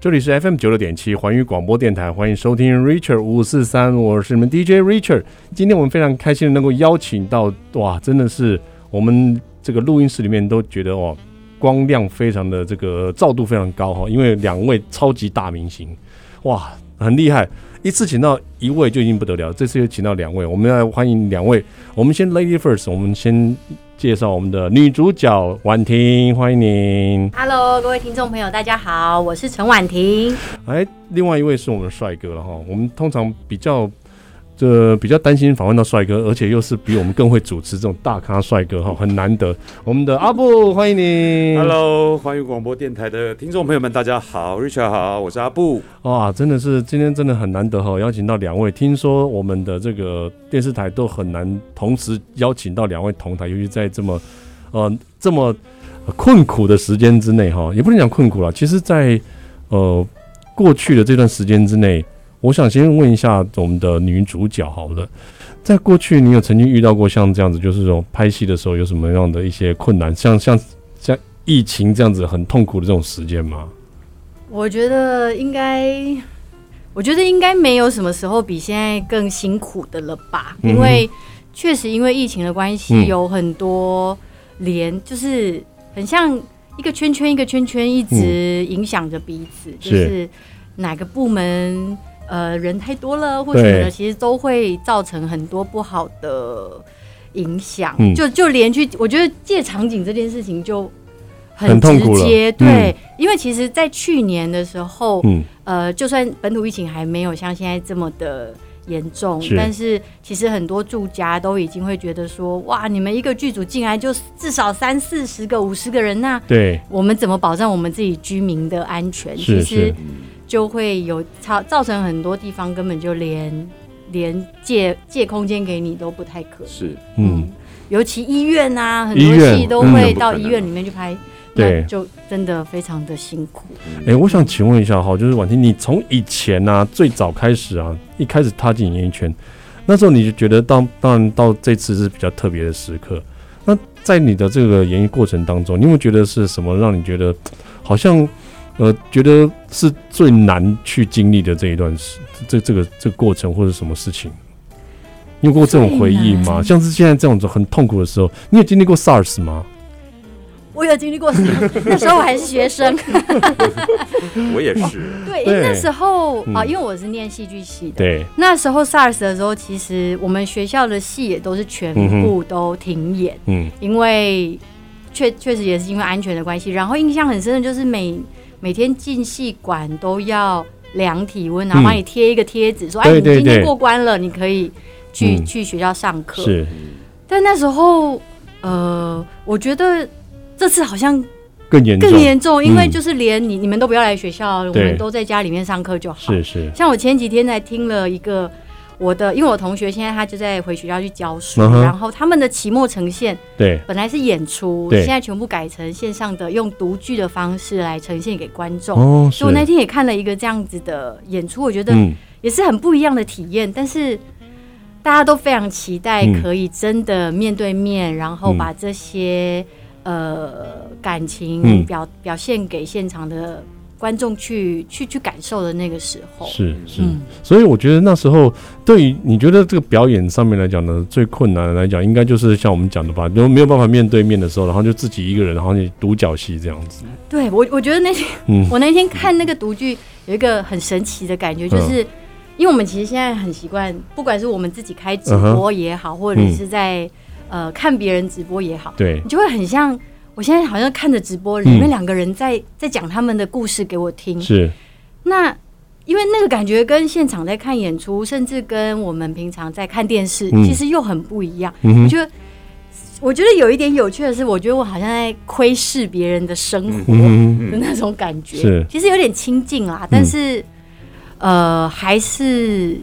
这里是 FM 九六点七环宇广播电台，欢迎收听 Richard 五四三，我是你们 DJ Richard。今天我们非常开心的能够邀请到，哇，真的是我们这个录音室里面都觉得哇，光亮非常的这个呃照度非常高哈，因为两位超级大明星，哇，很厉害。一次请到一位就已经不得了，这次又请到两位，我们要欢迎两位。我们先 Lady First，我们先介绍我们的女主角婉婷，欢迎您。 Hello，各位听众朋友，大家好，我是陈婉婷。哎，另外一位是我们的帅哥了哈。我们通常比较这比较担心访问到帅哥，而且又是比我们更会主持这种大咖帅哥哈，很难得。我们的阿布，欢迎你。 Hello，环宇广播电台的听众朋友们，大家好，Richard 好，我是阿布。哇，真的是今天真的很难得哈，邀请到两位。听说我们的这个电视台都很难同时邀请到两位同台，尤其在这么呃这么困苦的时间之内哈，也不能讲困苦了。其实在，呃过去的这段时间之内，我想先问一下我们的女主角好了，在过去你有曾经遇到过像这样子，就是说拍戏的时候有什么样的一些困难，像像像疫情这样子很痛苦的这种时间吗？我觉得应该，我觉得应该没有什么时候比现在更辛苦的了吧？嗯哼因为确实因为疫情的关系，嗯有很多连就是很像一个圈圈一个圈圈，一嗯直影响着彼此，就是哪个部门。呃，人太多了或什么的，对其实都会造成很多不好的影响。嗯就就连去，我觉得借场景这件事情就很痛直苦了接，嗯对，因为其实，在去年的时候，嗯，呃，就算本土疫情还没有像现在这么的严重，是但是其实很多住家都已经会觉得说，哇，你们一个剧组进来就至少三四十个、五十个人、那对，我们怎么保障我们自己居民的安全？是其是实。就会有造造成很多地方根本就连连借借空间给你都不太可能。是，嗯。尤其医院啊，很医多院戏都嗯会不到可医能院里面去拍，对那就真的非常的辛苦。哎、我想请问一下哈，就是婉婷，你从以前呢、啊、最早开始啊，一开始踏进演艺圈，那时候你就觉得当当然到这次是比较特别的时刻。那在你的这个演艺过程当中，你有没有觉得是什么让你觉得好像呃觉得是最难去经历的这一段时这这个这个过程或者什么事情？你有过这种回忆最吗？难像是现在这种很痛苦的时候，你有经历过 SARS 吗？我有经历过什么？那时候我还是学生，我也是。对，因对为那时候啊、嗯因为我是念戏剧系的，对，那时候 SARS 的时候，其实我们学校的戏也都是全部都停演，嗯，因为确确实也是因为安全的关系。然后印象很深的就是每每天进戏馆都要量体温，然后嗯帮你贴一个贴纸，说：“对哎，你对今天对过关了，你可以去、嗯去学校上课。”是但那时候，呃，我觉得这次好像更严重更，严重，因为嗯就是连你、你们都不要来学校，我对们都在家里面上课就好。是是，像我前几天才听了一个我的，因为我同学现在他就在回学校去教书，嗯哼然后他们的期末呈现对，本来是演出，对现在全部改成线上的，用读剧的方式来呈现给观众。哦，是所以我那天也看了一个这样子的演出，我觉得嗯，也是很不一样的体验，但是大家都非常期待嗯可以真的面对面，然后嗯把这些呃感情嗯表、表现给现场的观众去去去感受的那个时候，是是，嗯，所以我觉得那时候对于你觉得这个表演上面来讲呢，最困难的来讲，应该就是像我们讲的吧，就没有办法面对面的时候，然后就自己一个人，然后你独角戏这样子，对我我觉得那天嗯，我那天看那个独剧有一个很神奇的感觉，就是。因为我们其实现在很习惯，不管是我们自己开直嗯哼播也好，或者嗯是在、呃看别人直播也好，对你就会很像我现在好像看着直播，里嗯面两个人在在讲他们的故事给我听。是，那因为那个感觉跟现场在看演出，甚至跟我们平常在看电视，嗯其实又很不一样。嗯我哼，觉得，我觉得有一点有趣的是，我觉得我好像在窥视别人的生活嗯哼，的那种感觉，是嗯其实有点亲近啦，但是、呃，还是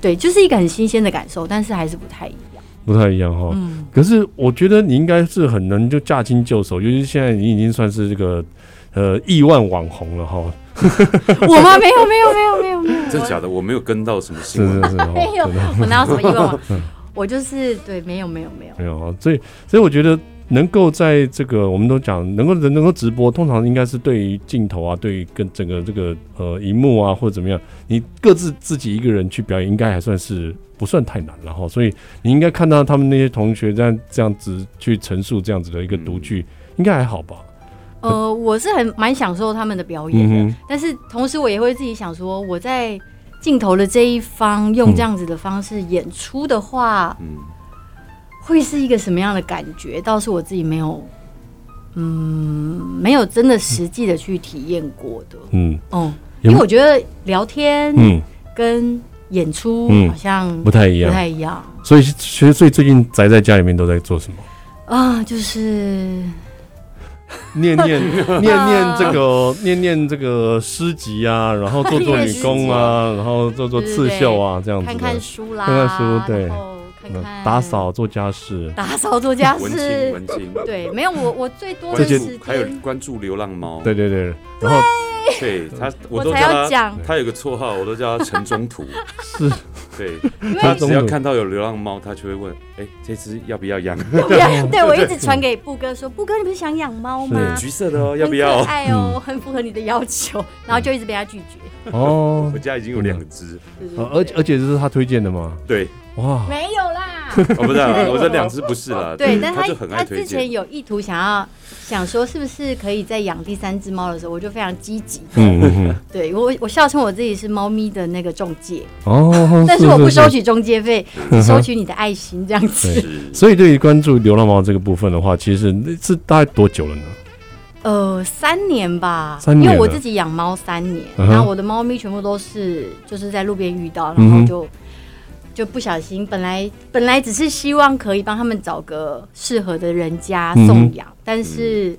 对，就是一个很新鲜的感受，但是还是不太一样。 不太一样哈。嗯，可是我觉得你应该是很能就驾轻就熟，尤其是现在你已经算是这个呃亿万网红了哈，我吗？没有，没有，没有，没有，没有。真假的，我没有跟到什么新是闻是。是，哦哈 没 有，我哪有什么意外嘛？我就是对，没有没有没有，哎没有啊，所以所以我觉得能够在这个我们都讲能够能够直播，通常应该是对于镜头啊，对于跟整个这个呃荧幕啊或者怎么样，你各自自己一个人去表演，应该还算是不算太难然后，所以你应该看到他们那些同学这样这样子去陈述这样子的一个独剧，应该还好吧？呃，我是很蛮享受他们的表演嗯的，哼，但是同时我也会自己想说，我在镜头的这一方用嗯这样子的方式演出的话，嗯，会是一个什么样的感觉？倒是我自己没有，嗯，没有真的实际的去体验过的。嗯哦、有因为我觉得聊天嗯，跟演出嗯好像不太一不样。太一样所以其实所以最近宅在家里面都在做什么？啊，就是念 念念念这个念念这个诗集啊，然后做 做女工啊，然后做做刺绣啊，这样子的看看书啦，看看书对然后看嗯看打扫做家事，打扫做家文青事文，青，对，没有我我最多的关这些时注还有间，关注流浪猫，对对对，然后对他，我都才叫要他， 讲，他有个绰号，我都叫他城中图。是 对 因为他城中只要途看到有流浪猫，他就会问：哎，这只要不要 养？对，对我一直传给布哥说，布哥你不是想养猫吗？橘色的哦， 要很不可要？爱哦，嗯很符合你的要求，然后就一直被他拒绝。哦我，家已经有两只，对对呃对而且而且这是他推荐的嘛，对，哇，没有 啦，哦，不是 啊，我这两只不是啦，对，但他就很他爱之推前荐，有意图想要想说，是不是可以在养第三只猫的时候，我就非常积极。嗯嗯嗯，对我我笑称我自己是猫咪的那个中介，哦， 但是我不收，取中 介费，只收取你的爱心这样子。是所以对于关注流浪猫这个部分的话，其实那是大概多久了呢？ 呃，三年吧，三年因了为我自己养猫三年，嗯哼然后我的猫咪全部都是就是在路边遇到，嗯然后哼就。就不小心，本来本来只是希望可以帮他们找个适合的人家嗯哼送养，但是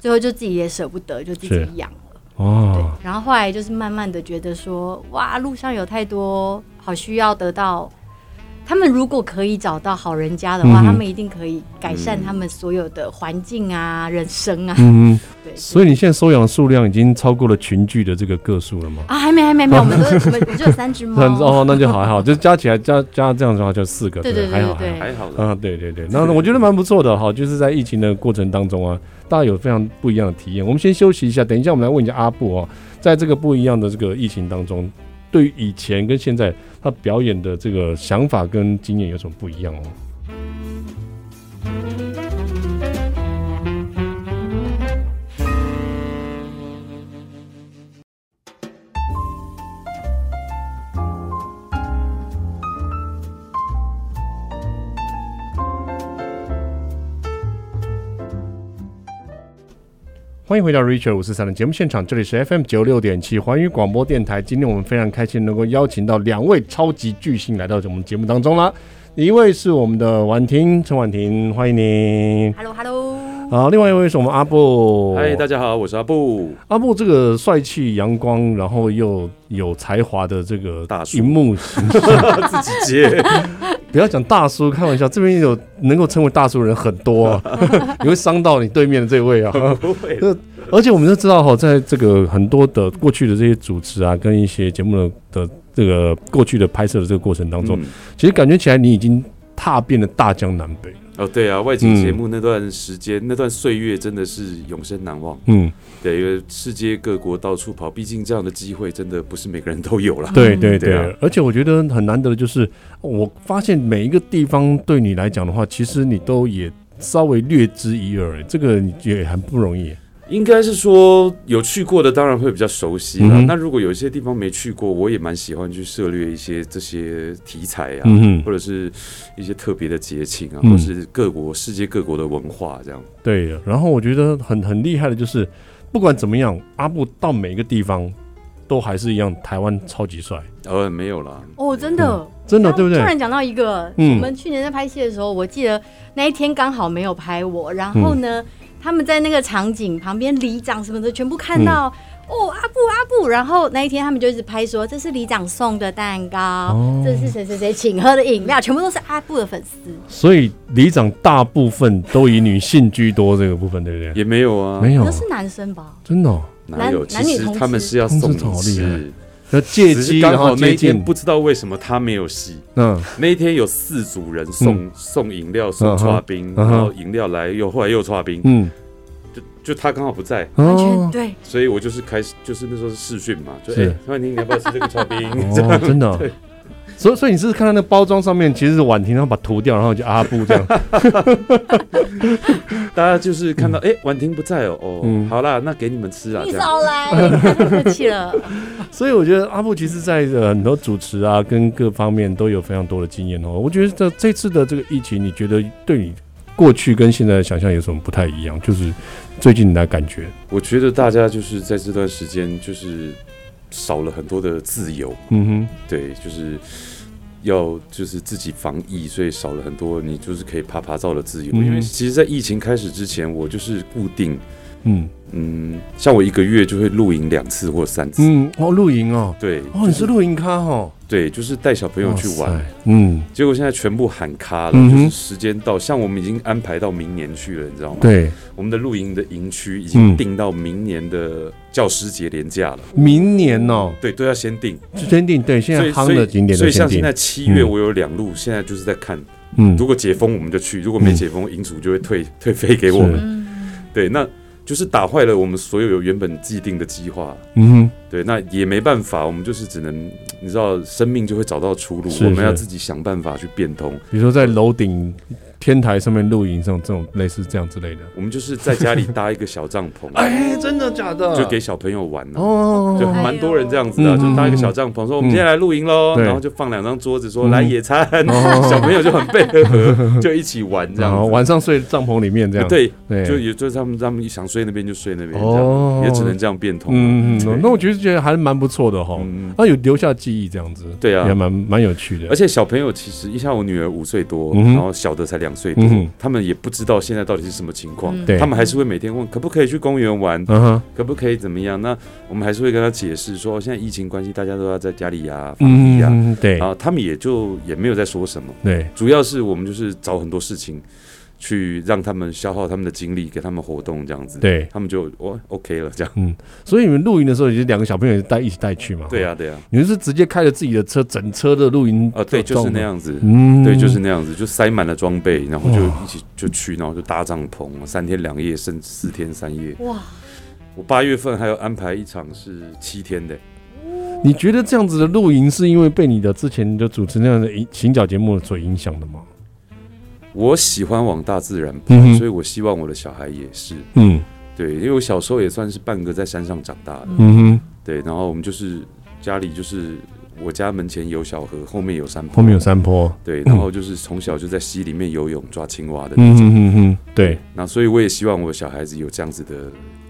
最后就自己也舍不得，就自己是养了。对哇，，然后后来就是慢慢的觉得说，哇，路上有太多好需要得嗯到，他们如果可以找到好人家的嗯话，哼他们一定可以改善嗯他们所有的环境啊、人生啊。嗯嗯，对，所以你现在收养的数量已经超过了群聚的这个个数了吗？啊，还没还没还没有，我们都我们我们就有 三只猫那。哦，那就好还好，就加起来加加这样的话就四个，对对对还好对还好。对还好啦。啊，对对对，那我觉得蛮不错的哈，就是在疫情的过程当中啊，大家有非常不一样的体验。我们先休息一下，等一下我们来问一下阿布哦，在这个不一样的这个疫情当中，对于以前跟现在他表演的这个想法跟经验有什么不一样哦？欢迎回到 Richard 五四三的节目现场，这里是 FM 九六点七环宇广播电台。今天我们非常开心能够邀请到两位超级巨星来到我们节目当中啦。一位是我们的婉婷，陈婉婷，欢迎你。 Hello Hello，好，另外一位是我们阿布，嗨，大家好，我是阿布。阿布这个帅气阳光，然后又有才华的这个大叔荧幕形象， 自己接，不要讲大叔，开玩笑，这边有能够称为大叔的人很多、 啊，你会伤到你对面的这位啊。不会呃而且我们都知道哈，在这个很多的过去的这些主持啊，跟一些节目的的这个过去的拍摄的这个过程当中，嗯其实感觉起来你已经踏遍了大江南北。哦，对啊，外景节目那段时间、那段岁月真的是永生难忘。嗯，对，因为世界各国到处跑，毕竟这样的机会真的不是每个人都有啦。对对嗯对，对啊而且我觉得很难得的就是，我发现每一个地方对你来讲的话，其实你都也稍微略知一二，欸这个你也很不容易。应该是说有去过的，当然会比较熟悉啦。嗯哼那如果有一些地方没去过，我也蛮喜欢去涉猎一些这些题材啊，嗯或，者是一些特别的节庆啊，嗯或者是各国世界各国的文化这样。对的。然后我觉得很很厉害的就是，不管怎么样，阿布到每个地方都还是一样，台湾超级帅，呃，没有啦，哦，真的，真的然后对不对突？然讲到一个，嗯我们去年在拍戏的时候，我记得那一天刚好没有拍我，然后呢，他们在那个场景旁边里长什么的全部看到。哦，阿布阿布，然后那一天他们就一直拍说这是里长送的蛋糕，哦这是谁谁谁请喝的饮料，全部都是阿布的粉丝。所以里长大部分都以女性居多，这个部分对不对？也没有啊，没有都啊，是男生吧？真的哦、哪有？男其男女实同吃他们是要送同你吃好厉害吃，要借只是机刚然后好那接一天近，不知道为什么他没有戏。嗯那一天有四组人送、送饮料、送嗯哼刨冰，嗯哼然后饮料来又后来又刨冰，嗯，就就他刚好不在，完哦全对，所以我就是开始就是那时候是试训嘛，就是哎，潘婉婷你要不要吃这个刨冰？这 哦，样真的哦、对所以所以你是看到那包装上面其实是婉婷，然后把它涂掉，然后就阿布这样， 大家就是看到哎婉婷不在哦，哦、嗯好啦，那给你们吃啦，你这样少来，太客气了。所以我觉得阿布其实在呃很多主持啊跟各方面都有非常多的经验哦。我觉得这这次的这个疫情，你觉得对你过去跟现在的想象有什么不太一样？就是最近你的感觉，我觉得大家就是在这段时间就是少了很多的自由，嗯对，就是要就是自己防疫，所以少了很多你就是可以爬爬照的自由。嗯因为其实，在疫情开始之前，我就是固定，哼，嗯嗯，像我一个月就会露营两次或三次，嗯，哦，露营哦，对，哦，你是露营咖哦，对，就是带小朋友去哇玩塞。，嗯，结果现在全部喊卡了，嗯哼就是时间到，像我们已经安排到明年去了，你知道吗？，对，我们的露营的营区已嗯经定到明年的教师节连假了，明年哦，对，都要先定。先定对，现所在以夯的景点所都以先像现定在，七月，嗯我有两路，现在就是在看，嗯如果解封我们就去，如果没解封，营主就会退 退费给我是们。嗯，对，那就是打坏了我们所有有原本既定的计划。嗯对，那也没办法，我们就是只能，你知道，生命就会找到出路，是我们要是自己想办法去变通。哼，比如说在楼顶、天台上面露营，这种这种类似这样之类的。我们就是在家里搭一个小帐篷， 哎，真的假的？就给小朋友玩了、哦，就蛮多人这样子的，嗯就搭一个小帐篷，说我们今天来露营喽，对然后就放两张桌子，说嗯来野餐，哦 小朋友就很配合，就一起玩这然后样晚上睡帐篷里面这子。样，对，对，就也就是他们他们想睡那边就睡那边，这样哦，也只能这样变通。嗯嗯对嗯，那我觉得觉得还是蛮不错的哈，嗯那有留下记忆这样子，对啊也蛮蛮有趣的，而且小朋友其实，一下我女儿五岁多，嗯哼然后小的才两岁多嗯哼，他们也不知道现在到底是什么情况嗯，对他们还是会每天问可不可以去公园玩，嗯哼，可不可以怎么样？那我们还是会跟他解释说，哦现在疫情关系，大家都要在家里啊呀、防疫嗯呀、嗯，嗯对然后他们也就也没有在说什么，对，主要是我们就是找很多事情去让他们消耗他们的精力，给他们活动这样子。对他们就哦 OK 了这样。所以你们露营的时候也是两个小朋友带一起带去嘛，对，啊，对啊，你们是直接开着自己的车，整车的露营啊对，就是那帐篷，样子。嗯，对，就是那样子，就塞满了装备，然后就哇一起就去，然后就搭帐篷，三天两夜，甚至四天三夜。哇，我八月份还有安排一场是七天的，你觉得这样子的露营是因为被你的之前的主持那样的影行脚节目所影响的吗？我喜欢往大自然跑，嗯哼所以我希望我的小孩也是嗯对，因为我小时候也算是半个在山上长大的，嗯哼，对，然后我们就是家里就是我家门前有小河，后面有山坡，后面有山坡，对，然后就是从小就在溪里面游泳抓青蛙的，嗯哼哼哼，对，那所以我也希望我的小孩子有这样子的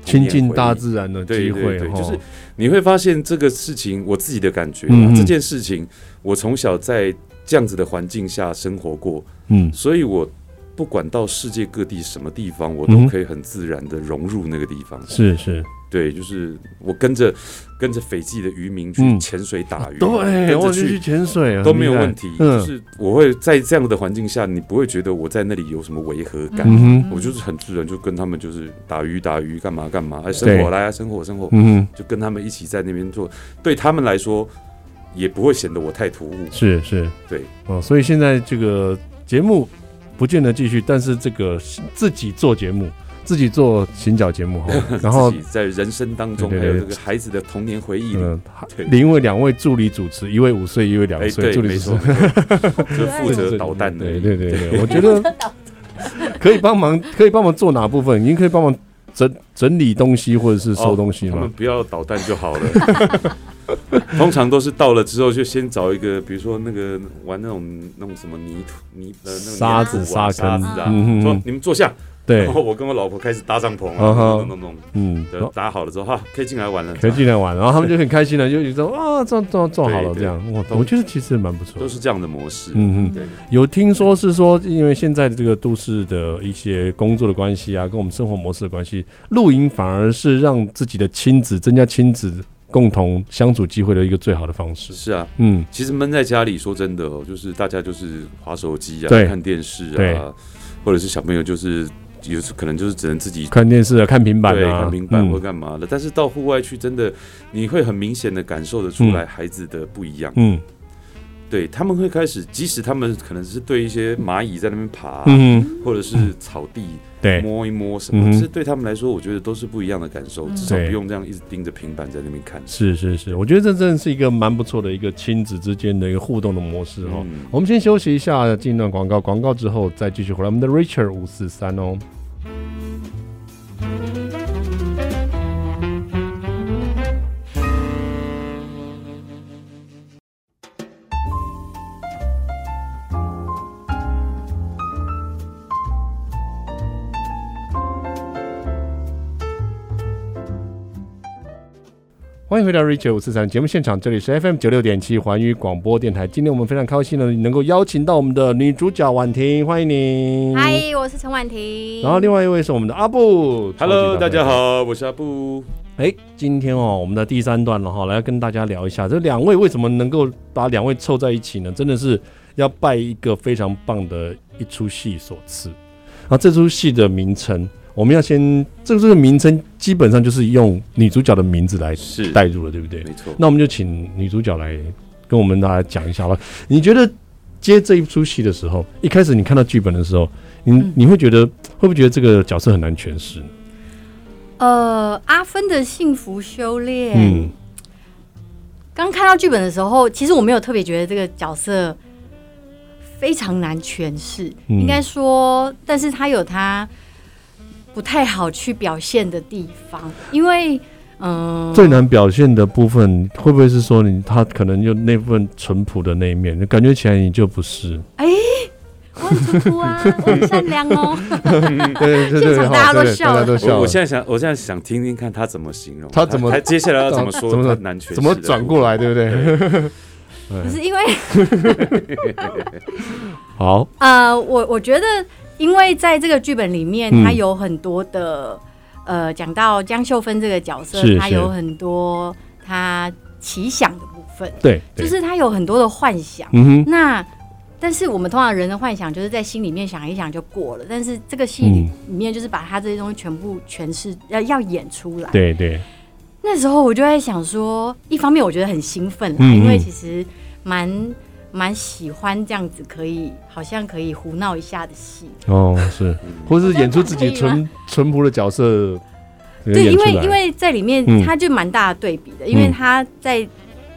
童亲年近回忆大自然的对机对会，哦对，哈就是你会发现这个事情，我自己的感觉啊，嗯嗯这件事情我从小在这样子的环境下生活过，嗯所以我不管到世界各地什么地方，我嗯都哼可以很自然的融入那个地方。是是，对，就是我跟着跟着斐济的渔民去嗯潜水打鱼，对，跟我就着去去。潜水都没有问题，就嗯是我会在这样的环境下，你不会觉得我在那里有什么违和感，嗯哼我就是很自然就跟他们就是打鱼打鱼干嘛干嘛，哎，生对活来啊生活生活，嗯哼，就跟他们一起在那边做，对他们来说也不会显得我太突兀。是是，对，哦，所以现在这个节目不见得继续，但是这个自己做节目，自己做行脚节目哈， 然后自己在人生当中对还对对有这个孩子的童年回忆里，嗯，对另外两位助理主持，一位五岁，一位两哎，岁，对，助没理主错持。， 就负责导弹的，对对对对，我觉得可以帮忙，可以帮忙做哪部分？您可以帮忙整整理东西，或者是收东西他们吗？哦不要导弹就好了。 通常都是到了之后，就先找一个，比如说那个玩那种那种什么泥土泥呃那种沙子泥土沙啊沙坑子嗯啊，嗯说嗯你们坐下，对然，后我跟我老婆开始搭帐篷嗯啊，哼弄弄弄弄，嗯，对搭好了之后哈，可以进来玩了，可以进来玩，然后他们就很开心了，就就说啊，做做做好了对对这样。我都我觉得其实蛮不错都的。是这样的模式。嗯嗯，对，有听说是说，因为现在的这个都市的一些工作的关系啊，跟我们生活模式的关系，露营反而是让自己的亲子增加亲子共同相处机会的一个最好的方式。是啊，嗯，其实闷在家里，说真的哦，就是大家就是划手机啊对，看电视对啊，或者是小朋友就是有时可能就是只能自己看电视啊，看平板对啊，看平板嗯或干嘛的。但是到户外去，真的你会很明显的感受得出来嗯孩子的不一样。嗯对他们会开始，即使他们可能是对一些蚂蚁在那边爬，嗯哼，或者是草地对摸一摸什嗯么，哼其实对他们来说，我觉得都是不一样的感受。嗯至少对不用这样一直盯着平板在那边看。是是是，我觉得这真的是一个蛮不错的一个亲子之间的一个互动的模式哦。嗯我们先休息一下，进一段广告，广告之后再继续回来。我们的 Richard 五四三哦。欢迎回到 Richard 五四三节目现场，这里是 FM 九六点七环宇广播电台。今天我们非常高兴呢，能够邀请到我们的女主角婉婷，欢迎你。嗨，我是陈婉婷。然后另外一位是我们的阿布。超 Hello，级朋友大家。好，我是阿布。哎，今天哦，我们的第三段了哈、来跟大家聊一下这两位为什么能够把两位凑在一起呢？真的是要拜一个非常棒的一出戏所赐。啊，这出戏的名称，我们要先，这这个名称基本上就是用女主角的名字来是代入了，对不对？没错。那我们就请女主角来跟我们大家讲一下吧。你觉得接这一出戏的时候，一开始你看到剧本的时候，你、嗯你会觉得会不会觉得这个角色很难诠释呢？呃，阿芬的幸福修炼。嗯刚看到剧本的时候，其实我没有特别觉得这个角色非常难诠释，嗯应该说，但是他有他不太好去表现的地方，因为嗯，最难表现的部分会不会是说你他可能就那份淳朴的那一面，感觉起来你就不是？我很突出 啊，我很善良哦，对对对现场大家都笑了我我现在想，我现在想听听看他怎么形容，他怎么他接下来要怎么说？怎么他难诠释的怎么转过来，对不对？不是因为好，呃，我我觉得，因为在这个剧本里面，嗯它有很多的、呃，讲到江秀芬这个角色是，她是有很多她奇想的部分，对，就对，是她有很多的幻想。嗯哼，那但是我们通常人的幻想就是在心里面想一想就过了，但是这个戏嗯里里面就是把她这些东西全部诠释，要要演出来。对对，那时候我就在想说，一方面我觉得很兴奋啦，嗯嗯因为其实蛮蛮喜欢这样子，可以好像可以胡闹一下的戏。哦是， 或是演出自己淳淳朴的角色，对，演因出为来因为在里面嗯他就蛮大的对比的，因为嗯他在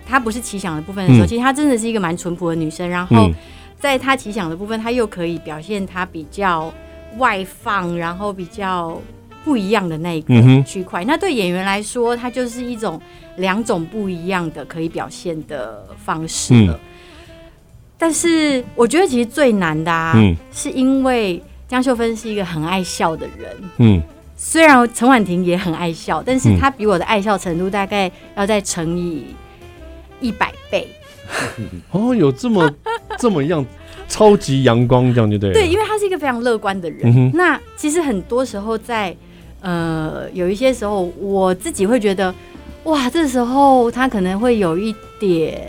他不是奇想的部分的时候，嗯其实她真的是一个蛮淳朴的女生，然后嗯在她奇想的部分，她又可以表现她比较外放，然后比较不一样的那一个嗯哼区块。那对演员来说，它就是一种两种不一样的可以表现的方式了。但是我觉得其实最难的啊，嗯是因为江秀芬是一个很爱笑的人，嗯虽然陈婉婷也很爱笑，但是嗯她比我的爱笑程度大概要再乘以一百倍。哦有这么这么样超级阳光这样就对了，啊对，因为她是一个非常乐观的人。嗯哼那其实很多时候在呃有一些时候，我自己会觉得，哇，这时候她可能会有一点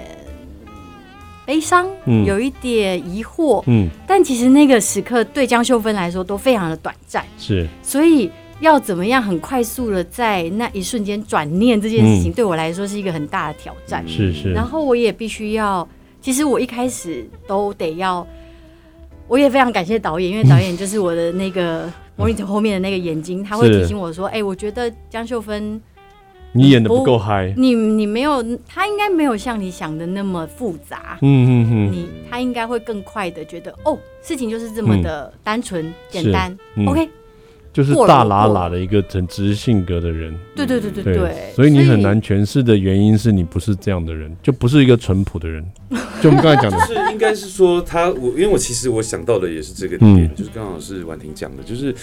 悲伤，嗯有一点疑惑，嗯但其实那个时刻对江秀芬来说都非常的短暂。是所以要怎么样很快速的在那一瞬间转念这件事情，嗯对我来说是一个很大的挑战。是是嗯然后我也必须要，其实我一开始都得要，我也非常感谢导演，因为导演就是我的那个 monitor 后面的那个眼睛，他会是提醒我说：“哎、我觉得江秀芬，你演的不够嗨，你你没有，他应该没有像你想的那么复杂。嗯嗯你他应该会更快的觉得哦，事情就是这么的单纯、简单。嗯 OK，嗯，就是大喇喇的一个很直性格的人。对对对对对，所以你很难诠释的原因是你不是这样的人，就不是一个淳朴的人。就我们刚才讲的，是应该是说他我，因为我其实我想到的也是这个点，嗯就是刚好是婉婷讲的，就是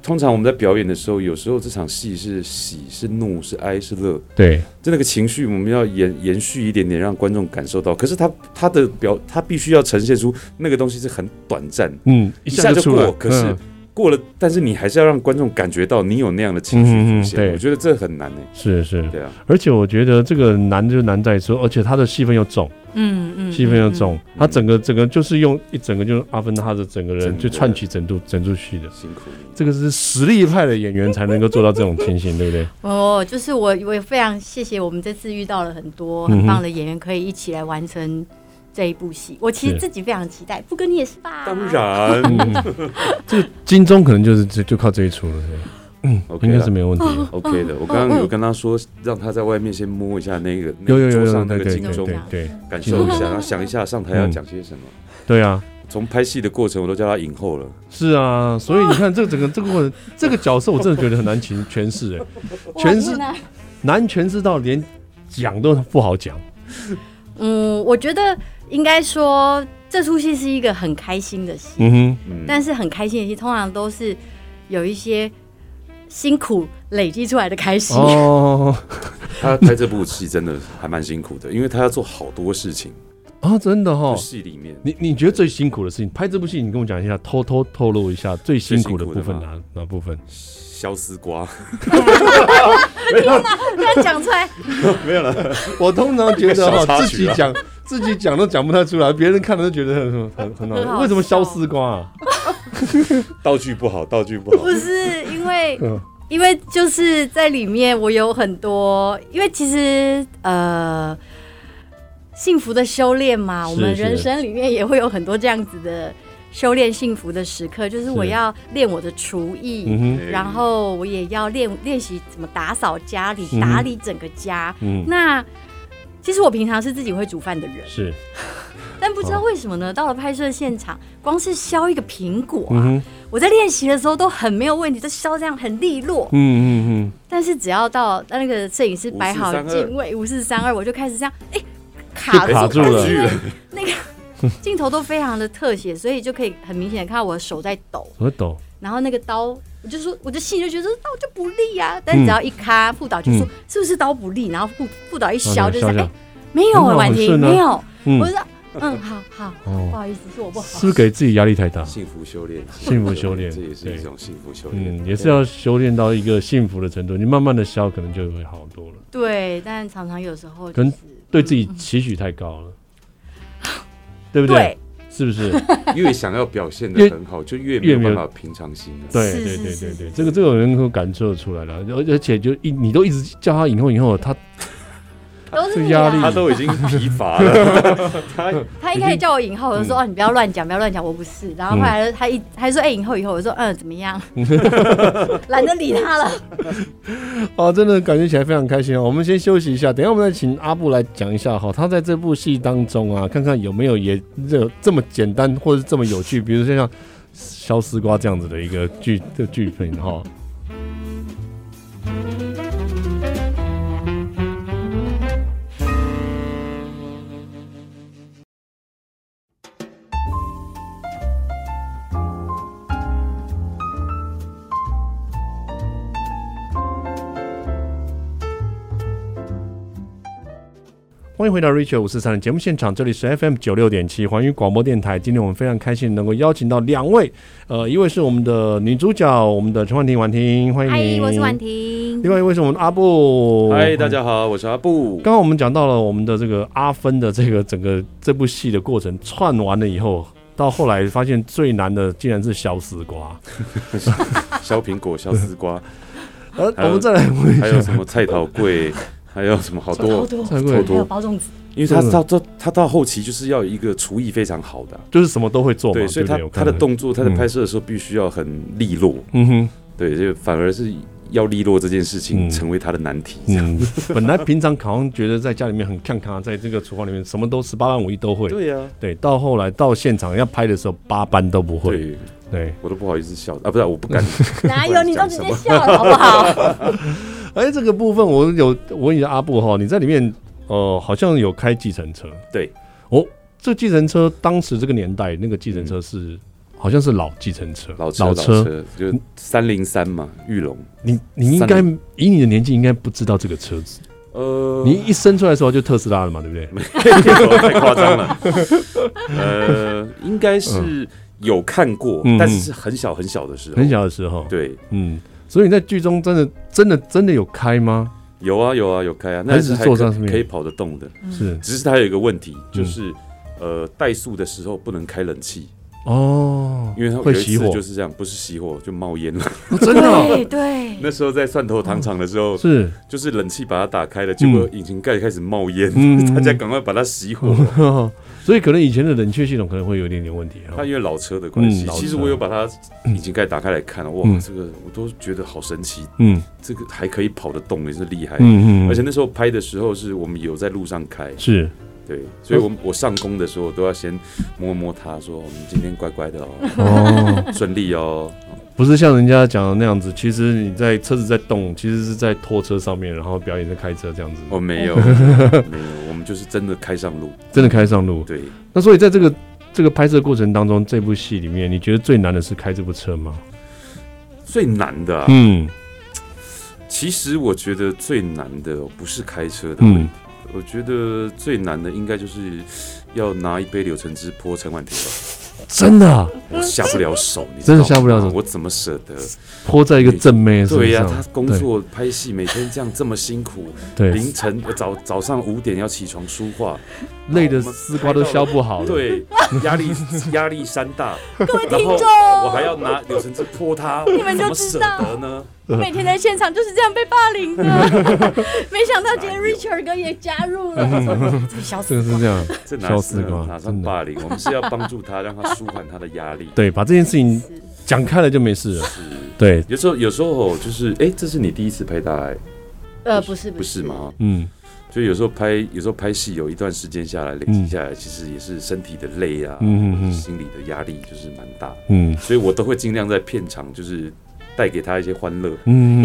通常我们在表演的时候，有时候这场戏是喜是怒是哀是乐，对，这那个情绪我们要延延续一点点，让观众感受到。可是他他的表他必须要呈现出那个东西是很短暂，嗯，一下下就出来过，，可是嗯过了，但是你还是要让观众感觉到你有那样的情绪嗯嗯嗯出现。对我觉得这很难呢、是是，对啊，而且我觉得这个难就难在说，而且他的戏份又重，嗯嗯，戏份又重，他整个整个就是用一整个就是阿凡他的整个真人的就串起整部整出戏的，辛苦你。这个是实力派的演员才能够做到这种情形，对不对？哦，就是我，我也非常谢谢我们这次遇到了很多嗯很棒的演员，可以一起来完成这一部戏。我其实是自己非常期待，不跟你也是吧？当，然、嗯， 这个金钟可能就是就就靠这一出了，对 o k 应该是了没有问题的。 OK 的。我刚刚有跟他说，让他在外面先摸一下那个那有有有个桌有，上那对个对金对钟对，对感受一金下，钟然后想一下上台要讲些什么。对啊，从拍戏的过程，我都叫他影后了。是啊，所以你看这整个这个过程这个角色，我真的觉得很难情诠释哎，全是哇天哪难诠释到连讲都不好讲。嗯，我觉得应该说这出戏是一个很开心的戏，嗯嗯，但是很开心的戏通常都是有一些辛苦累积出来的开心。哼， 哦他拍这部戏真的还蛮辛苦的，因为他要做好多事情。啊，真的就哈。戏里面，你你觉得最辛苦的事情，拍这部戏，你跟我讲一下，偷偷透露一下最辛苦的部最分辛苦的哪哪部分？削丝瓜， 突然讲出来， 我通常觉得 小哈，插自曲己啊讲自己讲都讲不太出来，别人看了都觉得很很很很好好。笑为什么削丝瓜啊？道具不好，道具不好 不。是因为嗯因为就是在里面，我有很多，因为其实呃，幸福的修炼嘛，是我们是人生里面也会有很多这样子的修炼幸福的时刻，就是我是要练我的厨艺。嗯哼，然后我也要练练习怎么打扫家里嗯，打理整个家。嗯，那其实我平常是自己会煮饭的人，是，但不知哦道为什么呢，到了拍摄现场，光是削一个苹果啊，嗯哼，我在练习的时候都很没有问题，就削这样很利落。嗯嗯但是只要到那个摄影师摆好5432镜位五四三二，我就开始这样，哎、卡住就卡住了但是因为那个镜头都非常的特写，所以就可以很明显地看到我的手在抖，嗯，我懂。然后那个刀，我就说我的心里就觉得刀就不利啊，但只要一咔，副导就说、嗯哦是不是刀不利，然后副副导一削就是削哎、掉没有很啊，好婉很婷顺啊没有，嗯我就，说嗯好好，不哦，好意思是我不好是不，是给自己压力太大？幸福修炼，幸福修炼这也是对一种幸福修炼，嗯，也是要修炼到一个幸福的程度，你慢慢的消，可能就会好多了。对，但常常有时候就跟是对自己期许太高了，对不对？对。是不 是？ 越想要表现越的很好，就越没越有没办有法平常心了。对是对对是是对是对，这个这种人口感受出来了，而而且就一你都一直叫他影后影后，他都是这你压啊力他都已经疲乏了，他他一开始叫我影后，我就说、哦，你不要乱讲，不要乱讲，我不是。然后后来他一他说哎、影后以后，我就说嗯怎么样，懒得理他了。哦，真的感觉起来非常开心哦。我们先休息一下，等一下我们再请阿布来讲一下哈、他在这部戏当中啊，看看有没有也这这么简单或者是这么有趣，比如说像削丝瓜这样子的一个剧的剧品哈、欢迎回到 Rachel 五四三的节目现场，这里是 FM 九六点七环宇广播电台。今天我们非常开心能够邀请到两位，呃，一位是我们的女主角，我们的陈婉婷，婉婷，欢迎你。婷另外一位是我们的阿布，嗨，大。家好，我是阿布。刚刚我们讲到了我们的这个阿芬的这个整个这部戏的过程，串完了以后，到后来发现最难的竟然是小丝瓜。削苹果，削丝瓜，呃，还有我们再来问一还有下，什么菜头粿，还有什么好超多，多，蔡贵多还有哎包粽子，因为他真的到到他到后期就是要一个厨艺非常好的啊，就是什么都会做嘛，对，所哦以不他我看他的了，动作，他的嗯拍摄的时候必须要很利落，嗯哼，对，就反而是要利落这件事情嗯成为他的难题。 嗯，本来平常好像觉得在家里面很看看，在这个厨房里面什么都十八般武艺都会，对呀，对，到后来到现场要拍的时候，八班都不会。对对，我都不好意思笑啊，不是我不敢，哪有你都直接讲笑了好不好？哎，这个部分我有我问一下阿布哈，你在里面呃好像有开计程车，对，哦，这计程车当时这个年代那个计程车是、好像是老计程车，嗯老车老车，就三零三嘛，玉龙。你你应该三以你的年纪应该不知道这个车子，呃，你一生出来的时候就特斯拉了嘛，对不对？ 太夸张了。呃，应该是有看过，嗯嗯嗯但是是很小很小的时候，很小的时候，对，嗯，所以你在剧中真的真的真的有开吗？有啊有啊有开啊，那还是还坐可上面嗯可以跑得动的，是只是它有一个问题，就是、呃怠速的时候不能开冷气，哦，因为它会有一熄次火就是这样，不是熄火就冒烟了。 哦真的哦对对，那时候在蒜头糖厂的时候，是，就是冷气把它打开了，结果引擎盖开始冒烟，嗯大家赶快把它熄火。所以可能以前的冷却系统可能会有一点点问题它啊。因为老车的关系，嗯老车其实我有把它引擎盖打开来看，哇，嗯这个我都觉得好神奇，嗯这个还可以跑得动，也是厉害。嗯嗯，哎而且那时候拍的时候是我们有在路上开，是对，所以我哦我上工的时候都要先摸摸它，说我们今天乖乖的哦，哦，顺利哦。不是像人家讲的那样子，其实你在车子在动，其实是在拖车上面，然后表演在开车这样子，哦，没 有，没有，我们就是真的开上路。真的开上路。对，那所以在这个这个拍摄过程当中，这部戏里面，你觉得最难的是开这部车吗？最难的、啊，嗯其实我觉得最难的不是开车的，嗯，我觉得最难的应该就是要拿一杯柳橙汁泼陈婉婷吧，真的啊我下不了手，你真的知道下不了吗手我怎么舍得？泼在一个正妹身上。对呀、他工作拍戏，每天这样这么辛苦，对对凌晨呃早早上五点要起床梳化，累的丝瓜都削不好了。，对，压力 压力山大，各位然听后众，我还要拿柳橙汁泼他，你们我怎就么知舍道得呢？每天在现场就是这样被霸凌的。 没想到今天哪有 Richard 哥也加入了，这小这个死是这样，这哪笑死是我哪真算的霸凌？我们是要帮助他，让他舒缓他的压力。 对，把这件事情讲开了就没事了。对，有时候，有时候就是，哎、这是你第一次拍大爱，呃，不是不是吗？？嗯，所以有时候拍，有时候拍戏有一段时间下来，累积下来，其实也是身体的累啊，嗯嗯嗯或者是心理的压力就是蛮大的。嗯，所以我都会尽量在片场就是带给他一些欢乐嗯，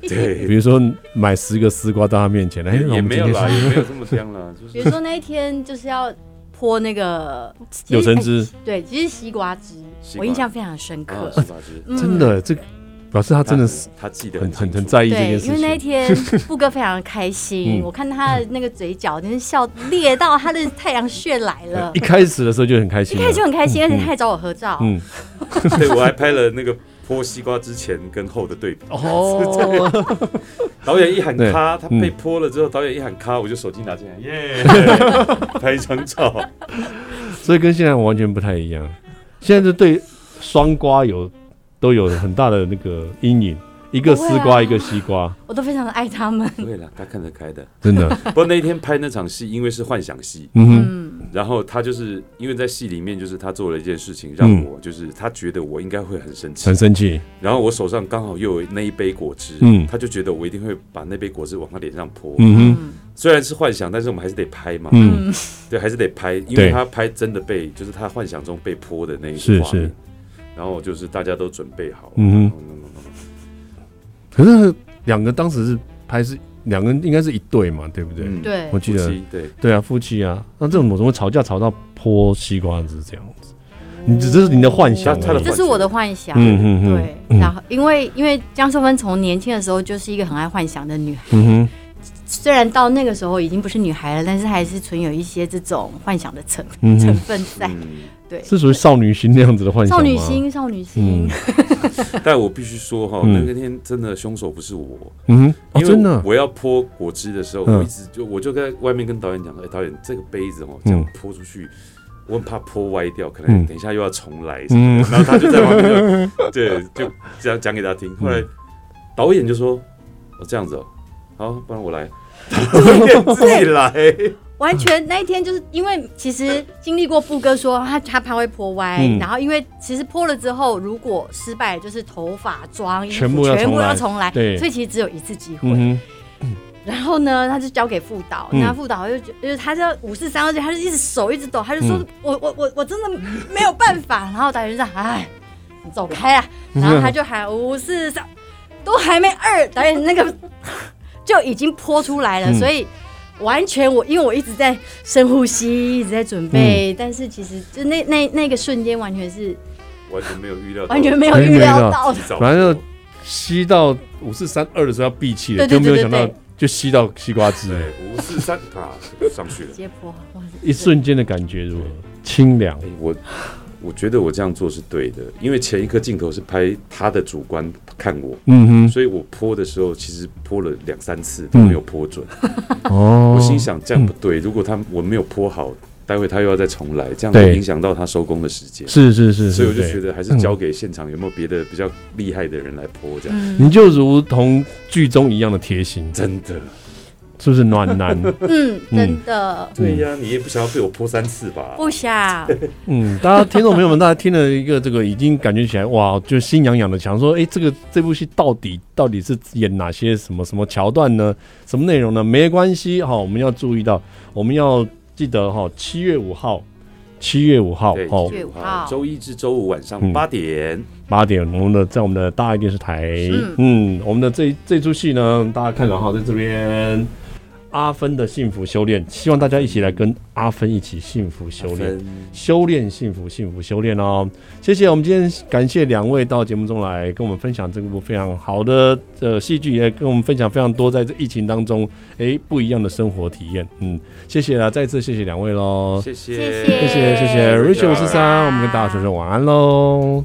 比对，如说买十个丝瓜到他面前，哎，也我也们没今有天啦，是也没有这么香啦，就比如是说那一天就是要泼那个其实柳橙哎汁，对，其实西瓜汁，西瓜我印象非常深刻啊，。是吧？就是嗯真，的，这表 示他真的是他记得很很清很楚在意这对件，事因为那一情。天 布哥非常开心，嗯我看他的那个嘴角真是笑裂到他的太阳穴来 了一，开始的时候就很开一心了，开始就很开心，而且他还找我合照。嗯， 对我还拍了那个泼西瓜之前跟后的对比，哦，导演一喊对咔，他嗯被泼了之后，导演一喊咔，我就手机拿进来，耶， 拍一张照。所以跟现在完全不太一样。现在是对双瓜有都有很大的那个阴影，一个丝不会啊瓜，一个西瓜，我都非常的爱他们。不会啦，他看得开的。真 的，不过那一天拍那场戏，因为是幻想戏，嗯哼，嗯，然后他就是因为在戏里面，就是他做了一件事情，让嗯我就是他觉得我应该会很生气很，生气，然后我手上刚好又有那一杯果汁，嗯他就觉得我一定会把那杯果汁往他脸上泼。嗯哼，虽然是幻想，但是我们还是得拍嘛，嗯。对，还是得拍，因对为他拍真的被，就是他幻想中被泼的那一是个画面是。然后就是大家都准备好，嗯嗯哼可是两个当时是拍是两个人应该是一对嘛，对不对？嗯，对我记夫得妻对，对啊，夫妻啊，那这种怎么会吵架吵到泼西瓜子这样子？你这这是你嗯的幻想而已，他他的这是我的幻想。嗯嗯嗯，对，然后因为因为江秀芬从年轻的时候就是一个很爱幻想的女孩，嗯哼，虽然到那个时候已经不是女孩了，但是还是存有一些这种幻想的成嗯成哼，分在。嗯，对，是属于少女心那样子的幻想少吗女，心，少女心嗯，但我必须说哈，嗯那天真的凶手不是我，嗯哼，哦，因为真的，我要泼果汁的时候，嗯我一直就我就在外面跟导演讲说，哎、导演这个杯子哦，这样泼出去，我很怕泼歪掉，可能嗯等一下又要重来。嗯然后他就在旁边 就，对，就这样讲给他听。后嗯来导演就说，哦这样子哦，好，不然我 来，导演自己来，完全那一天就是因为其实经历过布哥说他他怕会泼歪，嗯然后因为其实泼了之后如果失败就是头发妆衣服全部要全部重来要重来，对所以其实只有一次机会。嗯然后呢，他就交给副导，嗯那副导就觉就是他就五四三二九，他就一直手一直抖，他就说、嗯我我我我真的没有办法。然后导演就说：“哎，你 走开啊！”然后他就喊五四三，都还没二，导演那个就已经泼出来了，嗯所以。完全我，因为我一直在深呼吸，一直在准备，嗯但是其实就那那那个瞬间，完全是完全没有预料到，完全没有完全没预料料到的提。早哼，泼，反正就吸到五四三二的时候要闭气了，对对就没有对想对到对就吸到西瓜汁了，对五四三啊上去 了直。接泼，哇一瞬间的感觉如何？清凉哎，我我觉得我这样做是对的，因为前一颗镜头是拍他的主观看我，嗯所以我泼的时候其实泼了两三次都没有泼准。啊哼，哦，我心想这样不对，如果他我没有泼好，待会他又要再重来，这样对会影响到他收工的时间。是是是，所以我就对嗯觉得还是交给现场有没有别的比较厉害的人来泼这样。你就如同剧中一样的贴心，真的，是不是暖男？嗯，真的、对呀、你也不想要被我泼三次吧？不想，嗯，大家听众朋友们，大家听了一个这个，已经感觉起来哇，就心痒痒的，想说，哎、这个这部戏到底到底是演哪些什么什么桥段呢？什么内容呢？没关系哈、我们要注意到，我们要记得哈，七、月五号，七月五号对，哦7月5好号周一至周五晚上嗯八点，八点，我们的在我们的大爱电视台是，嗯，我们的这这出戏呢，大家看了哈，在这边。阿芬的幸福修炼，希望大家一起来跟阿芬一起幸福修炼。修炼幸福，幸福修炼哦。谢谢，我们今天感谢两位到节目中来跟我们分享这部非常好的呃戏剧，也跟我们分享非常多在这疫情当中诶不一样的生活体验。嗯，谢谢啦，再次谢谢两位喽，谢谢谢谢谢谢谢谢谢 Rachel 十谢谢三，我们跟大家说声晚安喽。